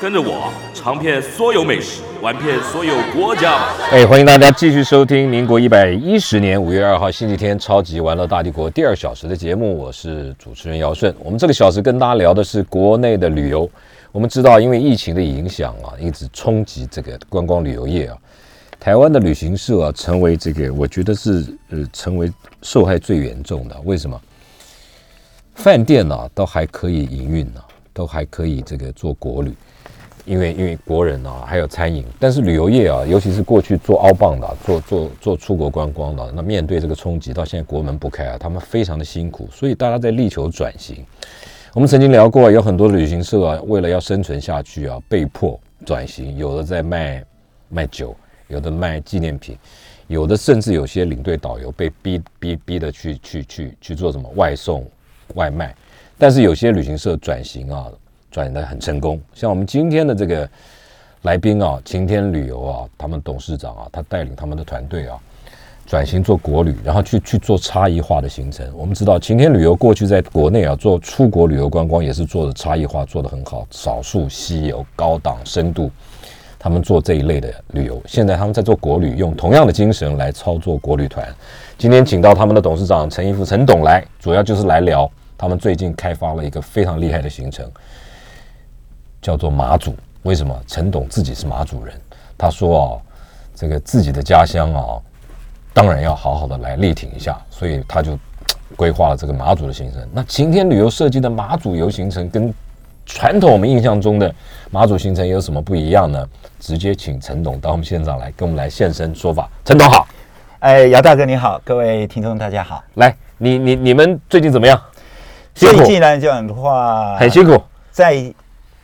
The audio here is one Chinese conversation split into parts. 跟着我尝遍所有美食，玩遍所有国家吧。哎，欢迎大家继续收听民国一百一十年五月二号星期天《超级玩乐大帝国》第二小时的节目，我是主持人姚顺。我们这个小时跟大家聊的是国内的旅游。我们知道，因为疫情的影响啊，一直冲击这个观光旅游业啊，台湾的旅行社啊，成为这个我觉得是呃成为受害最严重的。为什么？饭店呢、啊、都还可以营运呢、啊，都还可以这个做国旅。因为因为国人啊，还有餐饮，但是旅游业啊，尤其是过去做澳棒的啊、做做做出国观光的啊，那面对这个冲击，到现在国门不开啊，他们非常的辛苦，所以大家在力求转型。我们曾经聊过啊，有很多旅行社啊，为了要生存下去啊，被迫转型，有的在卖卖酒，有的卖纪念品，有的甚至有些领队导游被逼逼逼的去去去去做什么外送、外卖，但是有些旅行社转型啊。转的很成功，像我们今天的这个来宾啊，晴天旅游啊，他们董事长啊，他带领他们的团队啊，转型做国旅，然后去去做差异化的行程。我们知道晴天旅游过去在国内啊做出国旅游观光也是做的差异化，做的很好，少数稀有、高档、深度，他们做这一类的旅游。现在他们在做国旅，用同样的精神来操作国旅团。今天请到他们的董事长陈一夫、陈董来，主要就是来聊他们最近开发了一个非常厉害的行程。叫做马祖，为什么？陈董自己是马祖人，他说啊、哦，这个自己的家乡啊、哦，当然要好好的来力挺一下，所以他就规划了这个马祖的行程。那晴天旅游设计的马祖游行程跟传统我们印象中的马祖行程有什么不一样呢？直接请陈董到我们现场来，跟我们来现身说法。陈董好，哎，姚大哥你好，各位听众大家好。来，你你你们最近怎么样？最近来讲的话，很辛苦，在。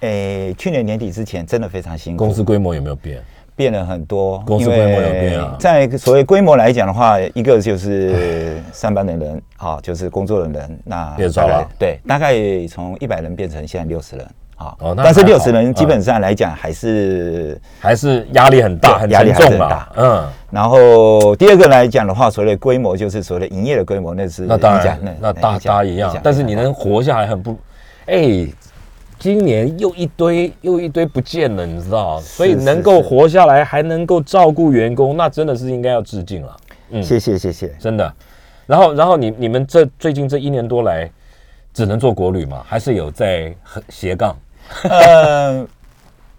诶、欸，去年年底之前真的非常辛苦。公司规模有没有变？变了很多。公司规模有变啊。在所谓规模来讲的话，一个就是上班的人啊，就是工作的人，那变少了。对，大概从一百人变成现在六十人啊。哦，但是六十人基本上来讲还是、嗯、还是压力很大，很压力很重大。嗯。然后第二个来讲的话，所谓规模就是所谓的营业的规模，那是那当然那大大一样，但是你能活下来很不，哎、欸。今年又一堆又一堆不见了，你知道，所以能够活下来，还能够照顾员工，那真的是应该要致敬了。嗯，谢谢谢谢，真的。然后然后你你们这最近这一年多来，只能做国旅嘛，还是有在斜杠？呃，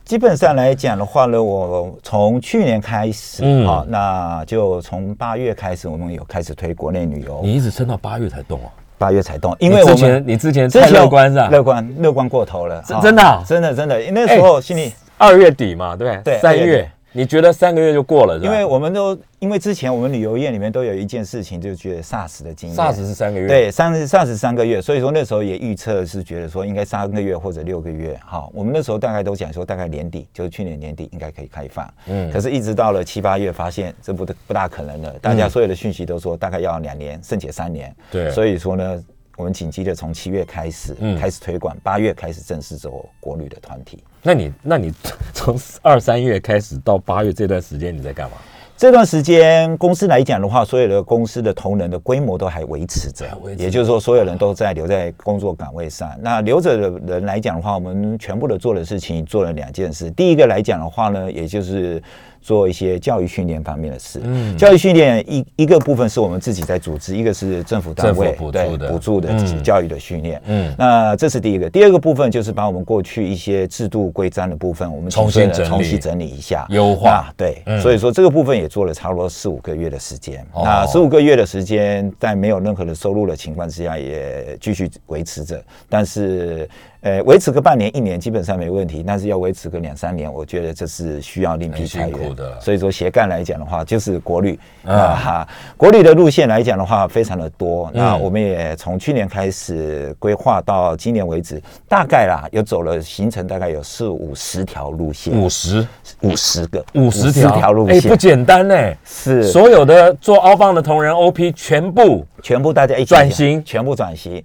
基本上来讲的话呢，我从去年开始啊、嗯哦，那就从八月开始，我们有开始推国内旅游。你一直撑到八月才动啊？八月才动，因为我们嗯你之前太乐观是吧？乐观乐观过头了，真真的、啊、哎真的真的，那时候心里二月底嘛，对不对？对，三月你觉得三个月就过了是吧？因为我们都因为之前我们旅游业里面都有一件事情，就觉得 SARS 的经验，SARS 是三个月，对，SARS SARS 三个月，所以说那时候也预测是觉得说应该三个月或者六个月，哈，我们那时候大概都讲说大概年底，就是去年年底应该可以开放，嗯，可是一直到了七八月发现这不不大可能了，大家所有的讯息都说大概要两年，甚至三年，嗯对，所以说呢。我们紧接着从七月开始、嗯、开始推广，八月开始正式走国旅的团体。那你那你从二三月开始到八月这段时间你在干嘛？这段时间公司来讲的话，所有的公司的同仁的规模都还维持着，也就是说所有人都在留在工作岗位上。那留着的人来讲的话，我们全部的做的事情做了两件事。第一个来讲的话呢，也就是。做一些教育训练方面的事，嗯，教育训练一一个部分是我们自己在组织，一个是政府单位补助的补助的教育的训练，嗯，那这是第一个。第二个部分就是把我们过去一些制度规章的部分，我们重新重新整理一下，优化，对，所以说这个部分也做了差不多四五个月的时间。那十五个月的时间，在没有任何的收入的情况之下，也继续维持着，但是。呃，维持个半年一年基本上没问题，但是要维持个两三年，我觉得这是需要另辟很辛裁苦员的了。所以说斜杠来讲的话，就是国旅啊哈，国旅的路线来讲的话非常的多。那我们也从去年开始规划到今年为止，大概啦有走了行程大概有四五十条路线，五十五十个五十50条路哎，线，不简单呢、是所有的做凹棒的同仁 OP 全部全部大家一起转讲型全部转型。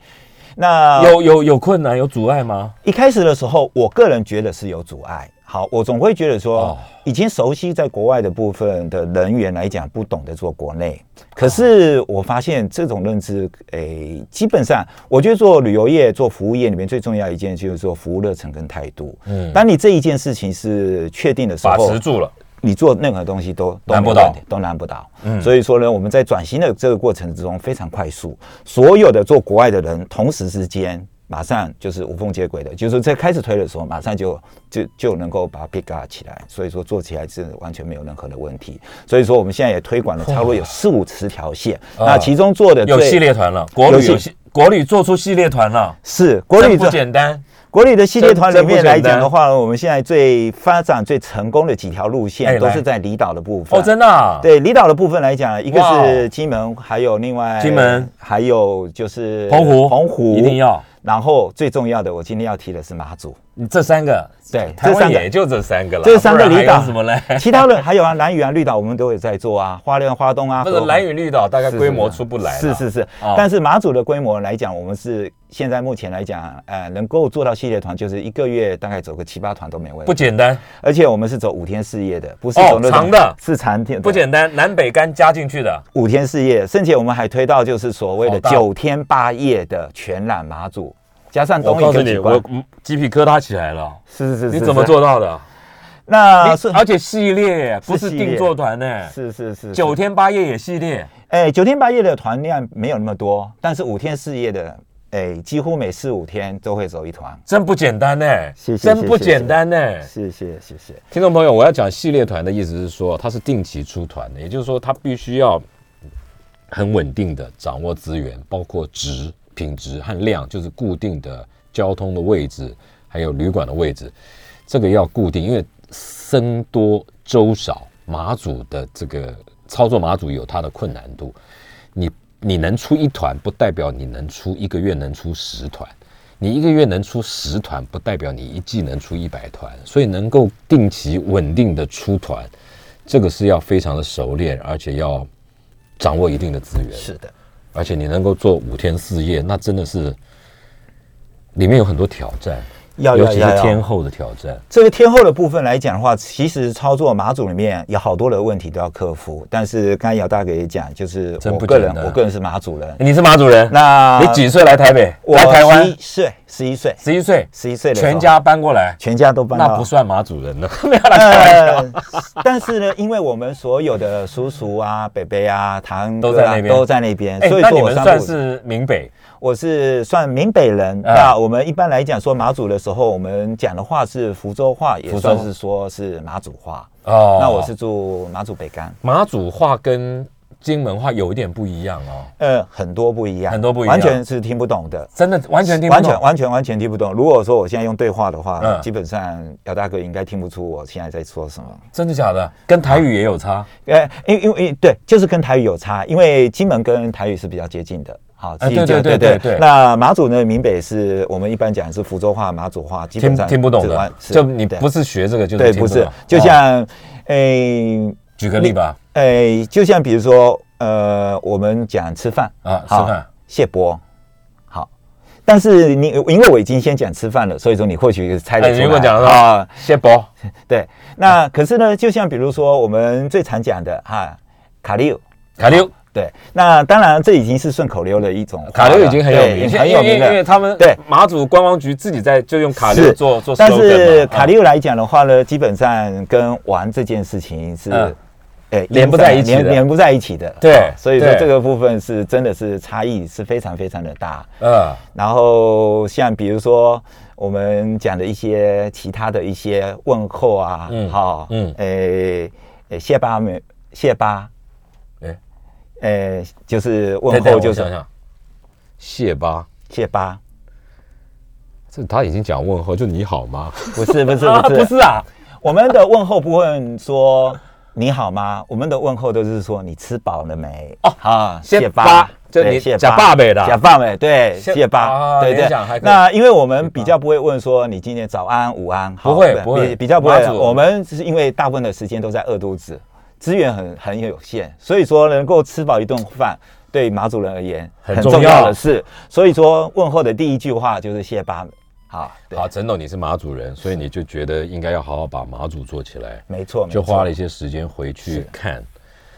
那有有有困难有阻碍吗？一开始的时候，我个人觉得是有阻碍。好，我总会觉得说哦，已经熟悉在国外的部分的人员来讲，不懂得做国内。哦可是我发现这种认知，诶、基本上我觉得做旅游业、做服务业里面最重要一件就是做服务热忱跟态度。嗯，当你这一件事情是确定的时把候持，住了，你做任何东西都都难没不倒问题都难不倒。嗯，所以说呢，我们在转型的这个过程之中非常快速，所有的做国外的人同时之间。马上就是无缝接轨的，就是在开始推的时候，马上就就就能够把它 pick up 起来，所以说做起来是完全没有任何的问题。所以说我们现在也推广了差不多有四五十条线，那其中做的啊有最系列团了，国呃有旅系有系国旅做出系列团了，是国旅啊真不的简单。国旅的系列团里面来讲这的话，我们现在最发展最成功的几条路哎线都来是在离岛的部分。哦，真的、啊，，对离岛的部分来讲，一个哇哦是金门，还有另外金门，还有就是澎湖澎湖一定要。然后最重要的，我今天要提的是马祖，你这三个，对台这三湾个也就这三个了，这三个不然还离岛有什么嘞？ 其他的还有啊，南屿啊、绿岛，我们都有在做啊，花莲、花东 啊，不是和蓝屿绿岛大概是规模出不来啦是是是哦，但是马祖的规模来讲，我们是现在目前来讲，呃，能够做到系列团，就是一个月大概走个七八团都没问不题。简单，而且我们是走五天四夜的，不是哦走那种长的是长天不简单，南北干加进去的，五天四夜，甚至我们还推到就是所谓好的大九天八夜的全染马祖，加上我东告诉一个你，几我关，嗯鸡皮疙瘩起来了。是是是，你是怎么？是做到的？那你是而且系列不啊是系列定做团呢，是是是九，天八夜也系列，哎，九天八夜的团量没有那么多，但是五天四夜的，哎，几乎每四五天都会走一团。真不简单呢，谢谢真不简单呢。谢谢谢谢，听众朋友，我要讲系列团的意思是说，它是定期出团的，也就是说，它必须要很稳定的掌握资源，包括值、品质和量，就是固定的交通的位置，还有旅馆的位置，这个要固定，因为僧多粥少，马祖的这个操作马祖有它的困难度，你你能出一团，不代表你能出一个月能出十团。你一个月能出十团，不代表你一季能出一百团，所以能够定期稳定的出团，这个是要非常的熟练，而且要掌握一定的资源。是的，而且你能够做五天四夜，那真的是里面有很多挑战，要尤要其要是要天后的挑战。这个天后的部分来讲的话，其实操作马祖里面有好多的问题都要克服。但是刚才姚大哥也讲，就是真我不个简人，单我个人是马祖人。你是马主人，那啊你几岁来台北？我来台湾11岁，十一岁，十一岁，十一岁的时候全家搬过来，全家都搬到。那不算马主 人了，没有啦开玩笑呃，但是呢，因为我们所有的叔叔啊、伯伯啊、堂哥啊都在那边都在那边，哎所 以那说你我们三算不五是闽北，我是算闽北人。啊那我们一般来讲说马祖的时候，我们讲的话是福州话，也福州算是说是马祖话。哦那我是住马祖北干。马祖话跟金门话有一点不一样哦，呃，很多不一样，很多不一样完全是听不懂的，真的完全听不完懂。全完全完全听不懂。如果说我现在用对话的话，嗯基本上姚大哥应该听不出我现在在说什么。真的假的？跟台语也有差，呃，因因为对，就是跟台语有差，因为金门跟台语是比较接近的。好，哎是一个对对对对对那马祖呢，闽北是我们一般讲是福州话、马祖话，基听本上听不懂是的完，是就你对不是学这个就是对，听不懂哦是，就像诶举个例吧，诶，就像比如说呃，我们讲吃饭啊好吃饭蟹波好，但是你因为我已经先讲吃饭了，所以说你或许猜得哎出来。如果讲到啊，谢博对，那可是呢，就像比如说我们最常讲的哈，卡六。卡溜对，那当然这已经是顺口溜的一种话了，卡溜已经很有对名，很有因为名因为因为了。他们对马祖观光局自己在就用卡溜是做做 slogan 但嘛，是卡溜溜来讲的话呢，基本上跟玩这件事情是嗯，诶连不在一起的连连不在一起的。对啊所以说对这个部分是真的是差异是非常非常的大。呃然后像比如说我们讲的一些其他的一些问候啊，嗯好，嗯嗯，诶诶，谢巴没谢巴，哎诶，就是等问等候我就想是想谢巴谢巴，这他已经讲问候，就你好吗？不是不是啊，不不是，是啊，我们的问候不问说你好吗？我们的问候都是说你吃饱了没？哦啊，先谢扒巴，就对你谢假爸呗的假爸呗，对，先谢啊巴，对联对想还。可以那因为我们比较不会问说你今天早安、午安，好不会对不会比比较不妈会。祖我们是因为大部分的时间都在饿肚子，资源很很有限，所以说能够吃饱一顿饭。对马主人而言很很重重要要的事，所以说问候的第一句话就是谢巴，好，对好，，陈董你是马祖人，所以你就觉得应该要好好把马祖做起来，没错，没就错花了一些时间回去看。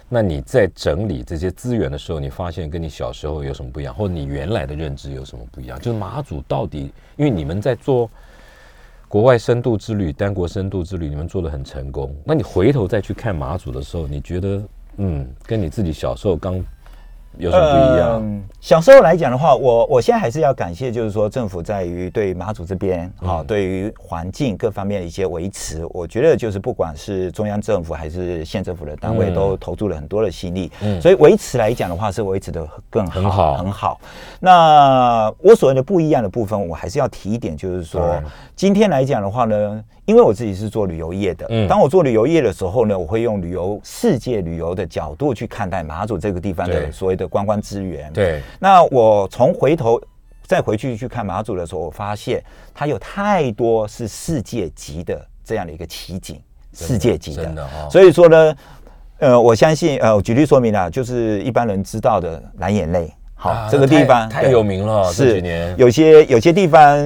那你在整理这些资源的时候，你发现跟你小时候有什么不一样，或者你原来的认知有什么不一样？就是马祖到底，因为你们在做国外深度之旅、单国深度之旅，你们做的很成功。那你回头再去看马祖的时候，你觉得，嗯，跟你自己小时候刚有什么不一样？嗯小时候来讲的话，我我现在还是要感谢，就是说政府在于对马祖这边啊、对于环境各方面的一些维持，我觉得就是不管是中央政府还是县政府的单位，嗯都投注了很多的心力，所以维持来讲的话，是维持的更好，很好很好。那我所谓的不一样的部分，我还是要提一点，就是说今天来讲的话呢，因为我自己是做旅游业的，嗯当我做旅游业的时候呢，我会用旅游世界旅游的角度去看待马祖这个地方对的所谓的观光资源。对，那我从回头再回去去看马祖的时候，我发现它有太多是世界级的这样的一个奇景，世界级的。真的哦所以说呢，呃，我相信，呃，我举例说明啊，就是一般人知道的蓝眼泪。好，啊这个地那方太太对有名了这是几年有些有些地方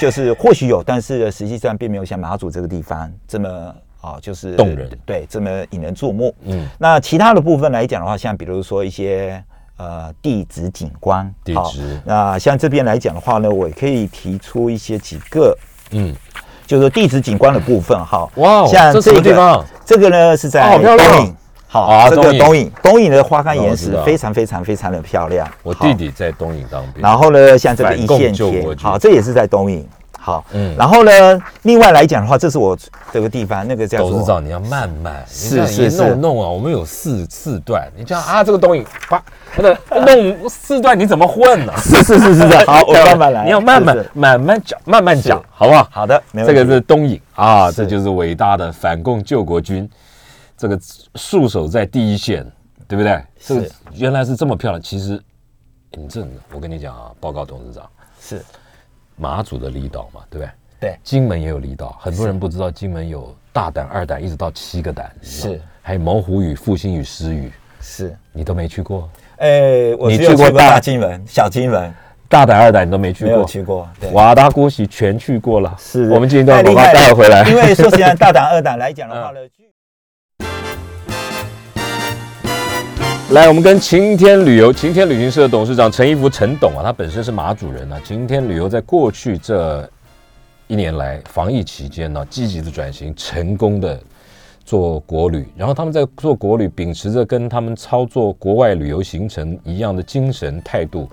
就是或许有，但是实际上并没有像马祖这个地方这么啊、就是动人对，这么引人注目。嗯嗯，那其他的部分来讲的话，像比如说一些呃地质景观，地好质那像这边来讲的话呢，我也可以提出一些几个，嗯，就是地质景观的部分哈。哇哦像这什这么个地方这个呢是在哦好漂亮东引啊好，这东个引哦东引，东引的花岗那我岩知石道非常非常非常的漂亮。我好弟弟在东引当兵，然后呢，像这个反一共线救天国，军好，这也是在东引。好，嗯嗯，然后呢，另外来讲的话，这是我这个地方，那个叫董事做长，你要慢慢，你是这样是一是弄弄啊，我们有四四段，你这样啊，这个东西啪，那个弄四段你怎么混呢、是是是是是， 好，我慢慢来，你要慢慢是是慢慢讲，慢慢讲是，好不好？好的，没这问题个是东引啊，这就是伟大的反共救国军，这个戍守在第一线，对不对？这个是原来是这么漂亮，其实你这，我跟你讲啊，报告董事长，是，马祖的离岛嘛，对不对？对金门也有离岛，很多人不知道金门有大胆、二胆，一直到七个胆，你知道吗是，还有猛虎屿、复兴屿、狮屿，是，你都没去过，哎，我你只有去过去过大大金门、小金门，大胆、二胆你都没去没过，有去过，对。瓦达姑喜全去过了，是我们进一段太广厉告，害了待会儿回来。啊因为说实在，大胆二胆来讲的话呢，来，我们跟晴天旅游、晴天旅行社董事长陈一福陈董啊，他本身是马主人啊。晴天旅游在过去这一年来防疫期间呢、积极的转型，成功的做国旅。然后他们在做国旅，秉持着跟他们操作国外旅游行程一样的精神态度，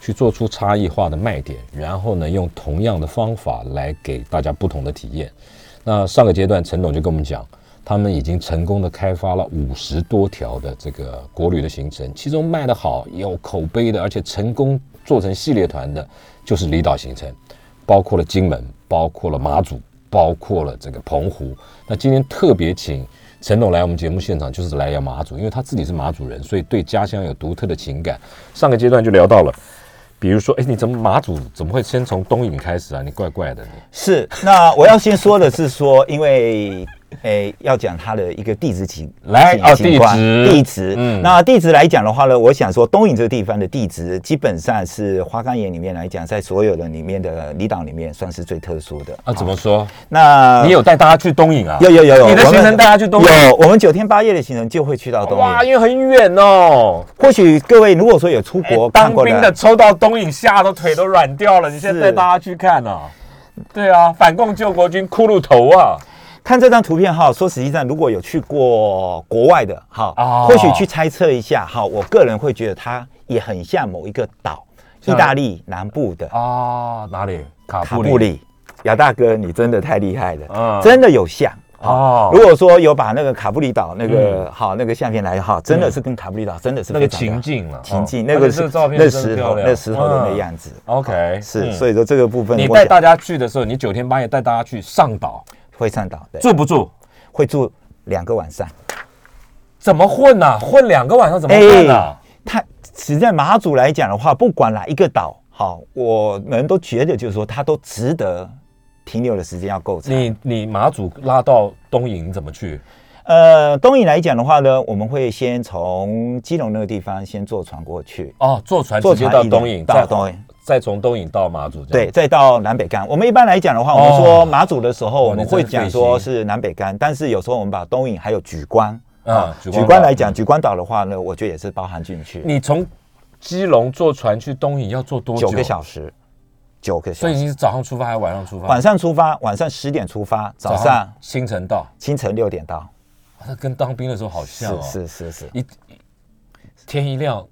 去做出差异化的卖点，然后呢，用同样的方法来给大家不同的体验。那上个阶段，陈董就跟我们讲，他们已经成功的开发了五十多条的这个国旅的行程，其中卖得好、有口碑的，而且成功做成系列团的，就是离岛行程，包括了金门，包括了马祖，包括了这个澎湖。那今天特别请陈董来我们节目现场，就是来聊马祖，因为他自己是马祖人，所以对家乡有独特的情感。上个阶段就聊到了。比如说，哎，你怎么马祖怎么会先从东引开始啊？你怪怪的，你是，那我要先说的是说，因为诶、要讲它的一个地质景来景哦景观地质地质。嗯那地质来讲的话呢，我想说东引这个地方的地质基本上是花岗岩里面来讲，在所有的里面的离岛里面算是最特殊的啊？怎么？说？那你有带大家去东引啊？有有有有，你的我们行程带大家去东引有，我们九天八夜的行程就会去到东哇，引。因为很远哦。或许各位如果说有出哎国看当过兵的抽到东引，吓都腿都软掉了。你现在带是大家去看啊？对啊，反共救国军骷髅头啊！看这张图片哈，说实际上如果有去过国外的哈，哦或许去猜测一下哈，我个人会觉得它也很像某一个岛，意像大利南部的哦啊，哪里？卡卡布布里。里。姚大哥，你真的太厉害了，嗯真的有像。哦嗯如果说有把那个卡布里岛那个好那个相片来哈，真的是跟卡布里岛真的是那个非常情像境了情境哦那而个且这是个照片那真的石漂头亮那石头的那嗯样子 OK，是，嗯所以说这个部分你我带想大家去的时候，你九天八夜带大家去上岛，会上岛，对，住不住？会住两个晚上。怎么混呐、混两个晚上怎么混呐、啊？它实在马祖来讲的话，不管哪一个岛，好，我们都觉得就是说它都值得停留的时间要够长。你你马祖拉到东营怎么去？呃，东引来讲的话呢，我们会先从基隆那个地方先坐船过去，哦，坐船直坐接船到一东年营，到再东引再从东营到马祖这样。对，再到南北干。我们一般来讲的话，我哦们说马祖的时候，哇我们你真会是讲费说心是南北干，但是有时候我们把东引还有莒光啊啊，莒莒光光岛来讲，莒光岛的话呢，我觉得也是包含进去，你从基隆坐船去东营要坐多久？九个小时，九个小所以时。你是早上出发还是晚上出发？晚上出发，晚上十点出发，早上清晨到，清晨六点到。哇那跟当兵的时候好像哦。是是是是一天一亮，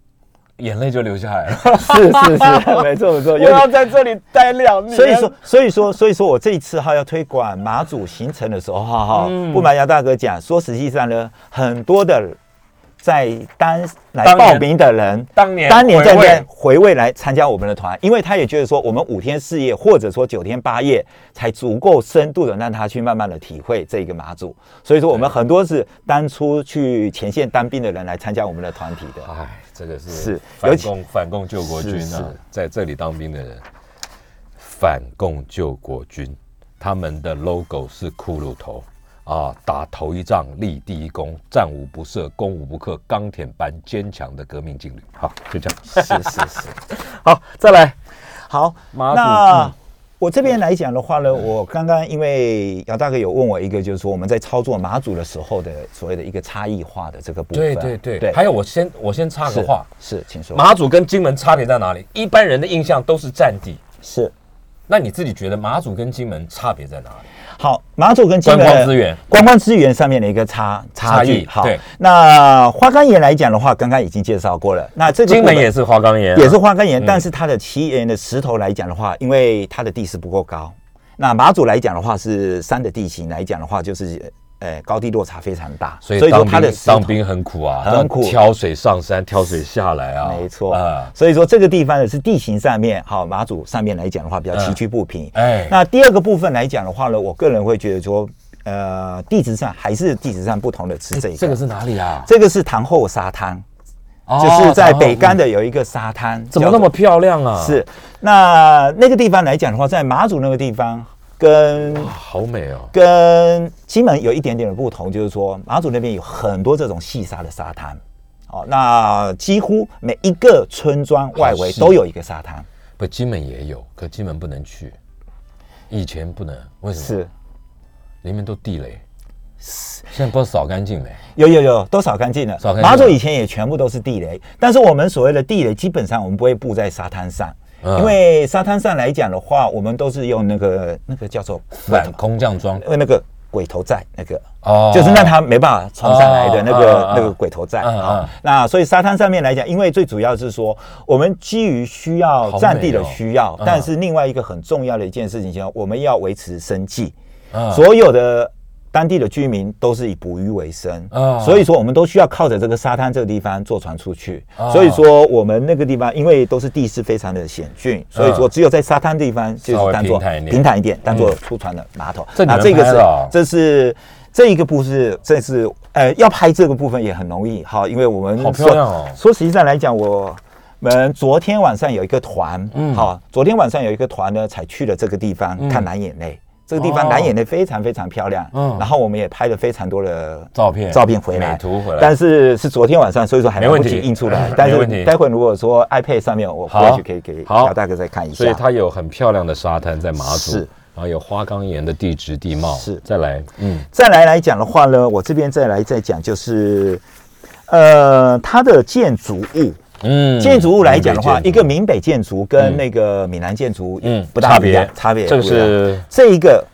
眼泪就流下 来了。是是是，没错没错。有点在这里待两年所以说，所以说，所以说我这一次哈要推广马祖行程的时候，哈哈，不瞒杨大哥讲，说实际上呢，很多的在当来当年报名的人，当年当年在回味那回味来参加我们的团，因为他也觉得说，我们五天四夜或者说九天八夜才足够深度的让他去慢慢的体会这个马祖，所以说我们很多是当初去前线当兵的人来参加我们的团体的。哎，这个是是反尤其共反共救国军是啊是，在这里当兵的人，反共救国军，他们的 logo 是骷髅头啊，打头一仗立第一功，战无不胜，攻无不克，钢铁般坚强的革命劲旅。好，就这样。是是是，好，再来。好，马祖那嗯我这边来讲的话呢，我刚刚因为姚大哥有问我一个，就是说我们在操作马祖的时候的所谓的一个差异化的这个部分对啊，对对，对，还有我先我先插个是话，是，请说，马祖跟金门差别在哪里？一般人的印象都是战地，是。那你自己觉得马祖跟金门差别在哪里？好，马祖跟金门观光资源观光资源上面的一个差差差距异。好对，那花岗岩来讲的话，刚刚已经介绍过了。那这个金部门分也是花岗岩啊，也是花岗岩，但是它的奇岩的石头来讲的话，因为它的地势不够高。那马祖来讲的话，是山的地形来讲的话，就是呃高低落差非常大，所以当说兵它的石头当兵很苦啊，很苦要挑水上山，挑水下来啊，没错啊，所以说这个地方呢是地形上面，好马祖上面来讲的话比较崎岖不平。哎那第二个部分来讲的话呢，我个人会觉得说，呃，地质上还是地质上不同的是这个，这个是哪里啊？这个是塘后沙滩，哦就是在北然后嗯干的有一个沙滩，怎么那么漂亮啊？是，那那个地方来讲的话，在马祖那个地方跟好美哦，跟金门有一点点的不同，就是说马祖那边有很多这种细沙的沙滩，哦，那几乎每一个村庄外围是都有一个沙滩，不，金门也有，可金门不能去，以前不能，为什么？是里面都地雷，现在不知道扫干净没？有有有都扫干净了扫干。净马祖以前也全部都是地雷，但是我们所谓的地雷，基本上我们不会布在沙滩上。嗯因为沙滩上来讲的话，我们都是用那个那个叫做反空降装呃那个鬼头寨那个哦就是让它没办法冲上来的那哦哦个哦那个鬼头寨嗯嗯啊。那所以沙滩上面来讲，因为最主要是说，我们基于需要占地的需好要美哦嗯，但是另外一个很重要的一件事情，就是我们要维持生计嗯，所有的。当地的居民都是以捕鱼为生，哦所以说我们都需要靠着这个沙滩这个地方坐船出去。哦所以说我们那个地方因为都是地势非常的险峻，所以说只有在沙滩地方就嗯稍微是当做平坦一点嗯平坦一点，当做出船的码头。这你那们这个拍是的哦这是这一个部是这是呃要拍这个部分也很容易哈，因为我们好漂说亮哦说实际上来讲，我们昨天晚上有一个团，嗯，好，昨天晚上有一个团呢，才去了这个地方、看蓝眼泪。这个嗯地哦方蓝眼泪非常非常漂亮，嗯然后我们也拍了非常多的照片照片回来，美图回来但是是昨天晚上，所以说还没来不问题及印出来没。但问题是待会如果说 iPad 上面，我好或许可以给好姚大哥再看一下。所以它有很漂亮的沙滩在马祖，是然后有花岗岩的地质地貌，是再来，嗯，再来来讲的话呢，我这边再来再讲就是，呃，它的建筑物，嗯建筑物来讲的话，明北建筑一个闽北建筑跟那个闽南建筑，嗯嗯，不大差别一样差别也这个不一样是这一个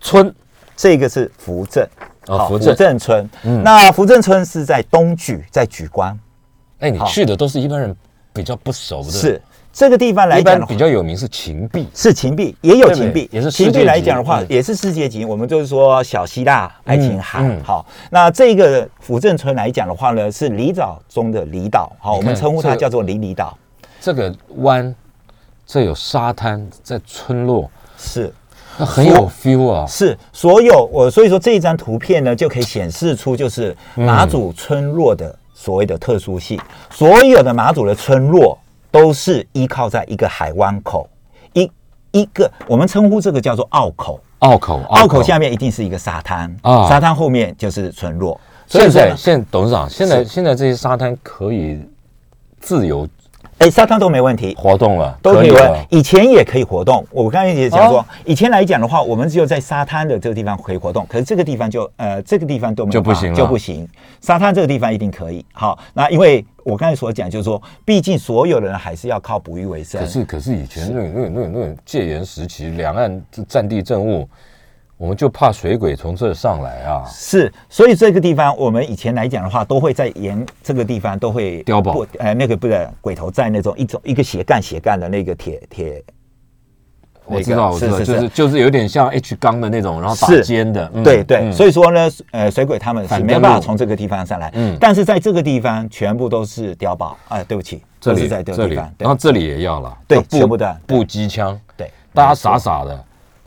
村这个是福镇，哦好福镇嗯村，那福镇村是在东莒，在莒光，哎，你好去的都是一般人比较不熟的，是这个地方来一讲般的话比，较有名是秦壁，是秦壁，也有对秦壁，也是世秦界壁来级讲的话嗯，也是世界级。我们就是说小希腊、爱琴嗯海嗯，好，那这个府政村来讲的话呢，是离岛中的离岛，好，你我们看称呼嗯这它个叫做离离岛，这个湾，这有沙滩，在村落，是。那很有 feel 啊。是所有我所以说这一张图片呢，就可以显示出就是嗯马祖村落的所谓的特殊性。所有的马祖的村落都是依靠在一个海湾口，一一个我们称呼这个叫做澳口，澳口，澳口下面一定是一个沙滩啊沙滩后面就是村落。所以现说在呢，现董事长，现在现在这些沙滩可以自由哎，沙滩都没问题。活动了，都可以了玩，。以前也可以活动。我刚才也讲说啊哦，以前来讲的话，我们只有在沙滩的这个地方可以活动，可是这个地方就呃，这个地方都没有就不办法行了就不行。沙滩这个地方一定可以。好，那因为我刚才所讲就是说，毕竟所有人还是要靠捕鱼为生可。是可是以前那种那种那种那种戒严时期，两岸战地政务，我们就怕水鬼从这上来啊。是，所以这个地方我们以前来讲的话，都会在沿这个地方都会碉堡不，呃，那个不是鬼头寨那种一种一个斜杠斜杠的那个铁铁我知道，我知是道，是就是就是有点像 H 钢的那种，然后打是尖的，嗯对对，嗯所以说呢，呃，水鬼他们是反没登有办法陆从这个地方上来，嗯但是在这个地方全部都是碉堡，哎，对不起，这都里是在这这个里地方，，对然后这里也要了，对要全部的对步机枪，对大家傻傻的，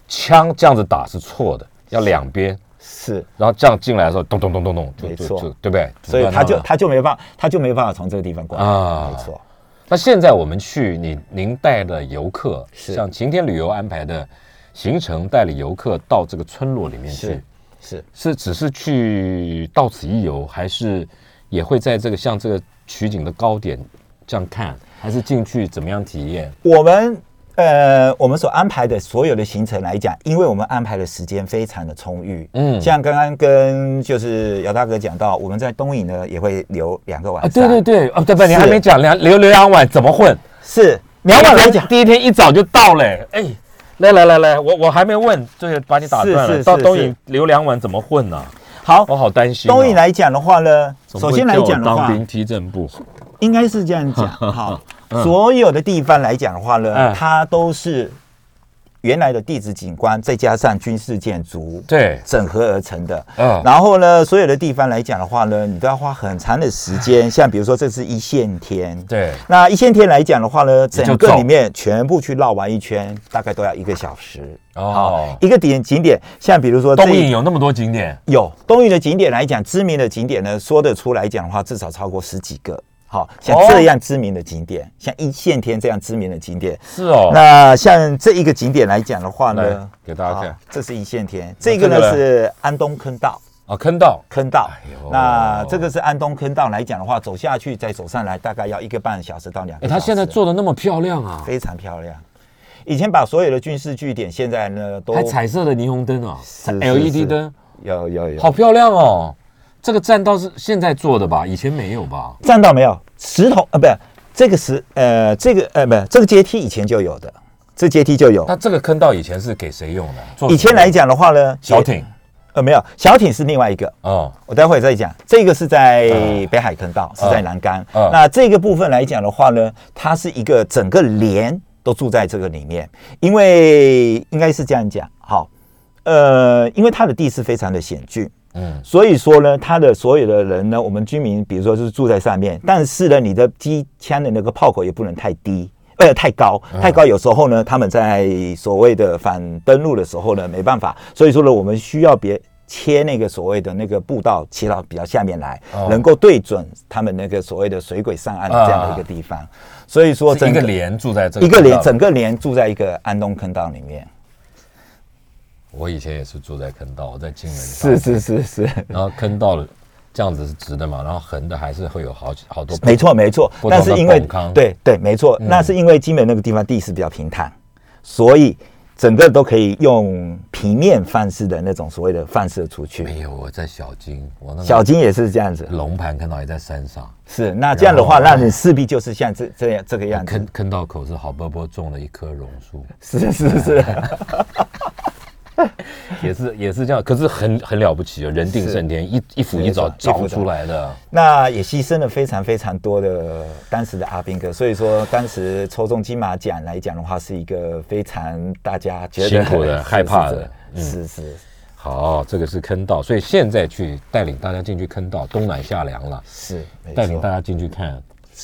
枪这样子打是错的，要两边，是，然后这样进来的时候，咚咚咚咚咚，就没就错就对不对？所以他就断了他就没办法，他就没办法从这个地方过来，啊没错，那现在我们去你您带的游客，是像晴天旅游安排的行程，带了游客到这个村落里面去是，是。是只是去到此一游，还是也会在这个像这个取景的高点这样看，还是进去怎么样体验？我们呃，我们所安排的所有的行程来讲，因为我们安排的时间非常的充裕，嗯嗯，像刚刚跟就是姚大哥讲到，我们在东引呢也会留两个晚啊，上，对对，对，哦，对不对？你还是没讲两留留两晚怎么混？是苗哎晚来讲。啊第一天一早就到嘞，哎。来来来来，我我还没问，就是把你打断了。是是到是东是影留两晚怎么混呢、好我，好担心、东引，来讲的话呢，总不首会先来叫我讲的话，当兵嗯踢正步。应该是这 样讲好，所有的地方来讲的话嗯呢，它都是原来的地质景观，再加上军事建筑，对整合而成的。嗯然后呢，所有的地方来讲的话呢，你都要花很长的 时间，像比如说这是一线天，。对，那一线天来讲的话呢，就整个走里面全部去绕完一圈，大概都要一个小时。哦好，一个点景点，像比如说这东一影有那么多景点，有东屿的景点来讲，知名的景点呢，说得出来讲的话，至少超过十几个。好像哦这样知名的景点，像一线天这样知名的景点，是哦。那像这一个景点来讲的话来呢，给大家看好，这是一线天，这个呢这个呢是安东坑道。啊，坑道坑道呦，那这个是安东坑道来讲的话，走下去再走上来，大概要一个半小时到两哎，个小他时。现在做的那么漂亮啊，非常漂亮，以前把所有的军事据点，现在呢都还彩色的霓虹灯啊哦是是，LED 灯，有有有好漂亮哦。这个栈道是现在做的吧？以前没有吧？站到没有？石头呃，不是这个石呃，这个呃，不是这个阶梯以前就有的，这阶梯就有那。这个坑道以前是给谁用的？做以前来讲的话呢，小艇呃没有，小艇是另外一个。哦，我待会再讲，这个是在北海坑道，是在南竿。嗯那这个部分来讲的话呢，它是一个整个连都住在这个里面，因为应该是这样讲，好，呃，因为它的地势非常的险峻，嗯，所以说呢，它的所有的人呢，我们居民，比如说就是住在上面，但是呢，你的机枪的那个炮口也不能太低。呃，太高，太高，有时候呢，他们在所谓的反登陆的时候呢，没办法，所以说呢，我们需要别切那个所谓的那个步道，切到比较下面来，哦能够对准他们那个所谓的水鬼上岸的这样的一个地方。所以说，是一整个连住在这个一个坑道连，里整个连住在一个安东坑道里面。我以前也是住在坑道，我在金门上是是是是，然后坑道了这样子是直的嘛，然后横的还是会有好几好多。没错，没错不同，的但是因为拱康嗯对对，没错，那是因为金门那个地方地势比较平坦，所以整个都可以用平面范式的那种所谓的范射出去。没有，哎我在小金，我那小个金也是这样子，龙盘坑道也在山上，是那这样的话，然那后你势必就是像这这样这个样坑 子，坑道口是好波波种了一棵榕树，是是是，也是也是这样，可是很很了不起啊，人定胜天，一一斧一没凿错一凿斧出来的。 那也牺牲了非常非常多的当时的阿兵哥，所以说当时抽中金马奖来讲的话，是一个非常大家觉得辛苦的是害怕的是是是是好，这个是坑道，所以现在去带领大家进去坑道，冬暖夏凉了，是，没带领错大家进去看。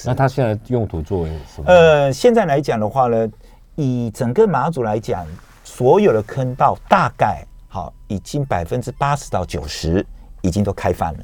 那它现在用途作为什么？呃，现在来讲的话呢，以整个马祖来讲，所有的坑道大概好已经百分之八十到九十已经都开放了。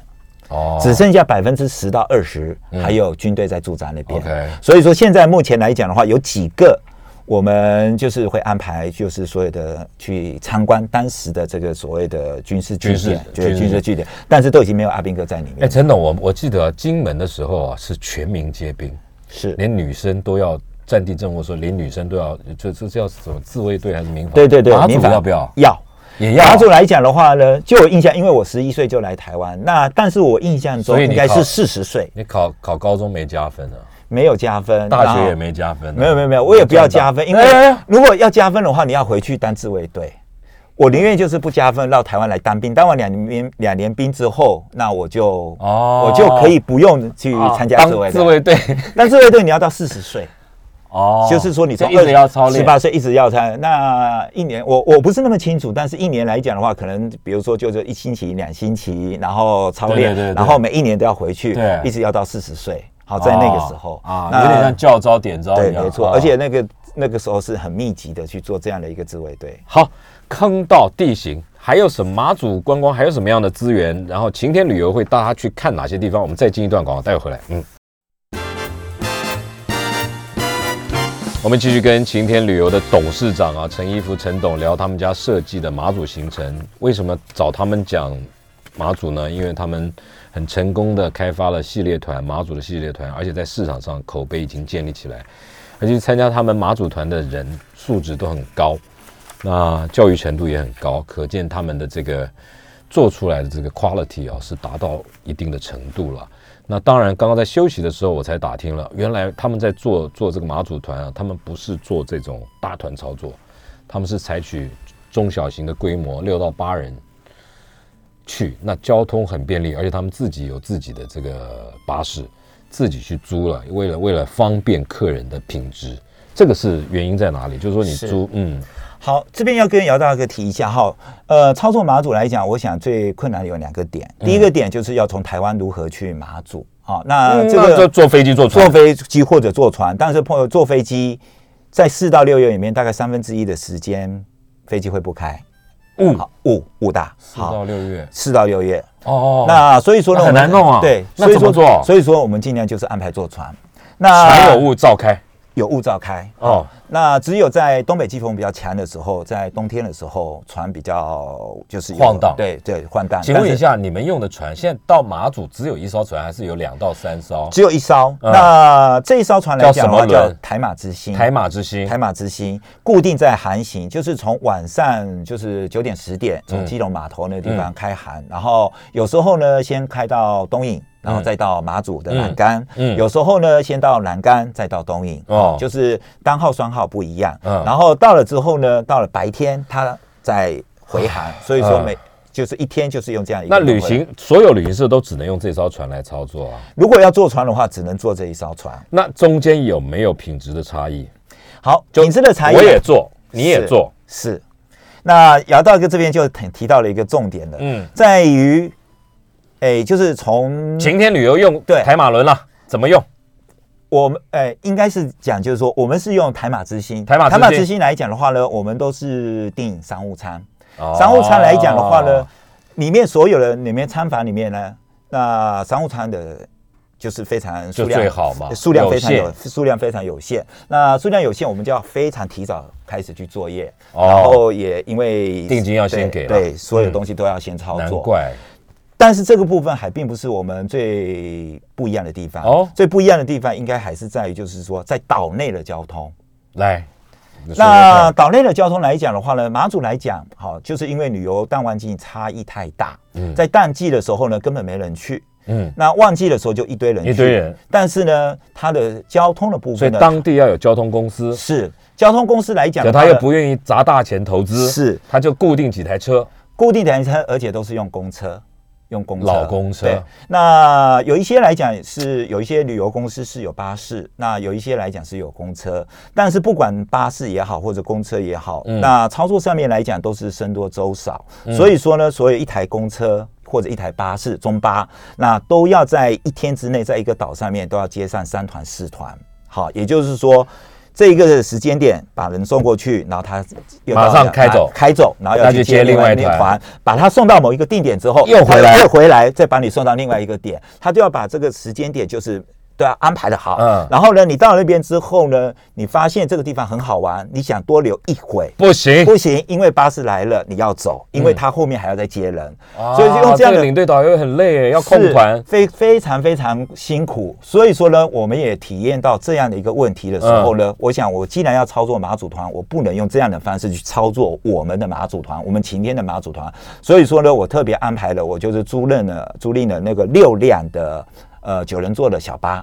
哦嗯只剩下百分之十到二十，还有军队在驻扎那边。 OK 所以说现在目前来讲的话，有几个我们就是会安排，就是所有的去参观当时的这个所谓的军事据军事点，就是军军事事据点，但是都已经没有阿兵哥在里哎，面。陈董，我我记得金门的时候啊，是全民皆兵，是，连女生都要战地政务的时候，连女生都要，这这这叫什么自卫队还是民防？对对对，马祖民防要不要？要。也要啊马祖来讲的话呢，就有印象，因为我十一岁就来台湾，那但是我印象所中以你应该考是四十岁，你考考高中没加分啊，没有加分，大然后学也没加分、啊，没有没有没有，我也不要加分，因为哎哎哎如果要加分的话，你要回去当自卫队。我宁愿就是不加分，到台湾来当兵。当完两年两年兵之后，那我就哦我就可以不用去啊参加当自卫自队。卫队但自卫队你要到四十岁，哦，就是说你这从一直要操练十，八岁一直要参。那一年我我不是那么清楚，但是一年来讲的话，可能比如说就是一星期、两星期，然后操对对练，对对然后每一年都要回去对，一直要到四十岁。好，在那个时候啊，哦那有点像教招点招对，一样，没错，啊而且那个那个时候是很密集的去做这样的一个自卫队。好，坑道地形还有什么马祖观光还有什么样的资源？然后晴天旅游会带他去看哪些地方？我们再进一段广告，待会回来。嗯。我们继续跟晴天旅游的董事长啊陈一福陈董聊他们家设计的马祖行程。为什么找他们讲马祖呢？因为他们很成功的开发了系列团马祖的系列团，而且在市场上口碑已经建立起来，而且参加他们马祖团的人素质都很高。那教育程度也很高，可见他们的这个做出来的这个 quality 啊，是达到一定的程度了。那当然，刚刚在休息的时候我才打听了，原来他们在做做这个马祖团啊，他们不是做这种大团操作，他们是采取中小型的规模，六到八人去，那交通很便利，而且他们自己有自己的这个巴士，自己去租了，为了为了方便客人的品质，这个是原因在哪里？就是说你是租，嗯，好，这边要跟姚大哥提一下哈，呃，操作马祖来讲，我想最困难有两个点，第一个点就是要从台湾如何去马祖，好、那嗯这那就个坐飞机坐船，坐飞机或者坐船，但是碰坐飞机在四到六月里面，大概三分之一的时间飞机会不开，雾好，雾雾大，嗯四到六月四到六月，哦那啊所以说呢，那很我们难弄啊对，那所以怎么说做所以说我们尽量就是安排坐船，那船有雾照开有雾照开哦哦。那只有在东北季风比较强的时候，在冬天的时候，船比较就是有晃荡对对，晃荡。请问一但是下，你们用的船现在到马祖只有一艘船，还是有两到三艘？只有一艘，嗯那这一艘船来讲的话叫什么叫轮台马之星。台马之星，台马之星固定在航行，就是从晚上就是九点十嗯点从基隆码头那个地方开航，然后有时候呢先开到东引，然后再到马祖的栏杆，嗯嗯嗯有时候呢先到栏杆再到东引，哦就是单号双号不一样，嗯然后到了之后呢，到了白天它再回航，所以说每。就是一天就是用这样一个嗯那轮旅回行所有旅行社都只能用这艘船来操作啊。如果要坐船的话，只能坐这一艘船。那中间有没有品质的差异？好，品质的差异我啊也做，你也是做，是。那姚大哥这边就提提到了一个重点了，嗯嗯，在于，哎，就是从晴天旅游用对台马轮了，怎么用？我们，哎，应该是讲就是说，我们是用台马之星，台马之星之星来讲的话呢，我们都是订商务舱，哦商务舱来讲的话呢，，里面所有的里面餐房里面呢，那商务舱的。就是非常数量就最好嘛数量非常有有数量非常有限。那数量有限，我们就要非常提早开始去作业，哦然后也因为定金要先对给了嗯对，所有东西都要先操难作。怪但是这个部分还并不是我们最不一样的地方哦最不一样的地方应该还是在于，就是说在岛内的交通。来。你说说那看岛内的交通来讲的话呢，马祖来讲，好、就是因为旅游淡旺季差异太大，在淡季的时候呢，根本没人去。嗯，那旺季的时候就一堆人去，一堆人。但是呢，它的交通的部所以分呢，当地要有交通公司，是交通公司来讲可的话他呢，又不愿意砸大钱投资，是他就固定几台车，固定台车，而且都是用公车，用公车老公车对，那有一些来讲是有一些旅游公司是有巴士，那有一些来讲是有公车，但是不管巴士也好或者公车也好，嗯那操作上面来讲都是僧多粥少，所以说呢，所有一台公车。或者一台巴士中巴，那都要在一天之内，在一个岛上面都要接上三团四团。好，也就是说，这一个时间点把人送过去，然后他又到马上开走把开走，然后要那就去接接另另外外一一团团，把他送到某一个定点之后，又回来他又回来，再把你送到另外一个点，他就要把这个时间点就是。都要安排的好，嗯然后呢，你到那边之后呢，你发现这个地方很好玩，你想多留一会，不行，不行，因为巴士来了，你要走，因为他后面还要再接人，所以就啊用这样嗯个的领队导游很累耶，要控是团。非非常非常辛苦。所以说呢，我们也体验到这样的一个问题的时候嗯呢，我想我既然要操作马祖团，我不能用这样的方式去操作我们的马祖团，我们晴天的马祖团。所以说呢，我特别安排了，我就是租赁了租赁了那个六辆的呃九人座的小巴，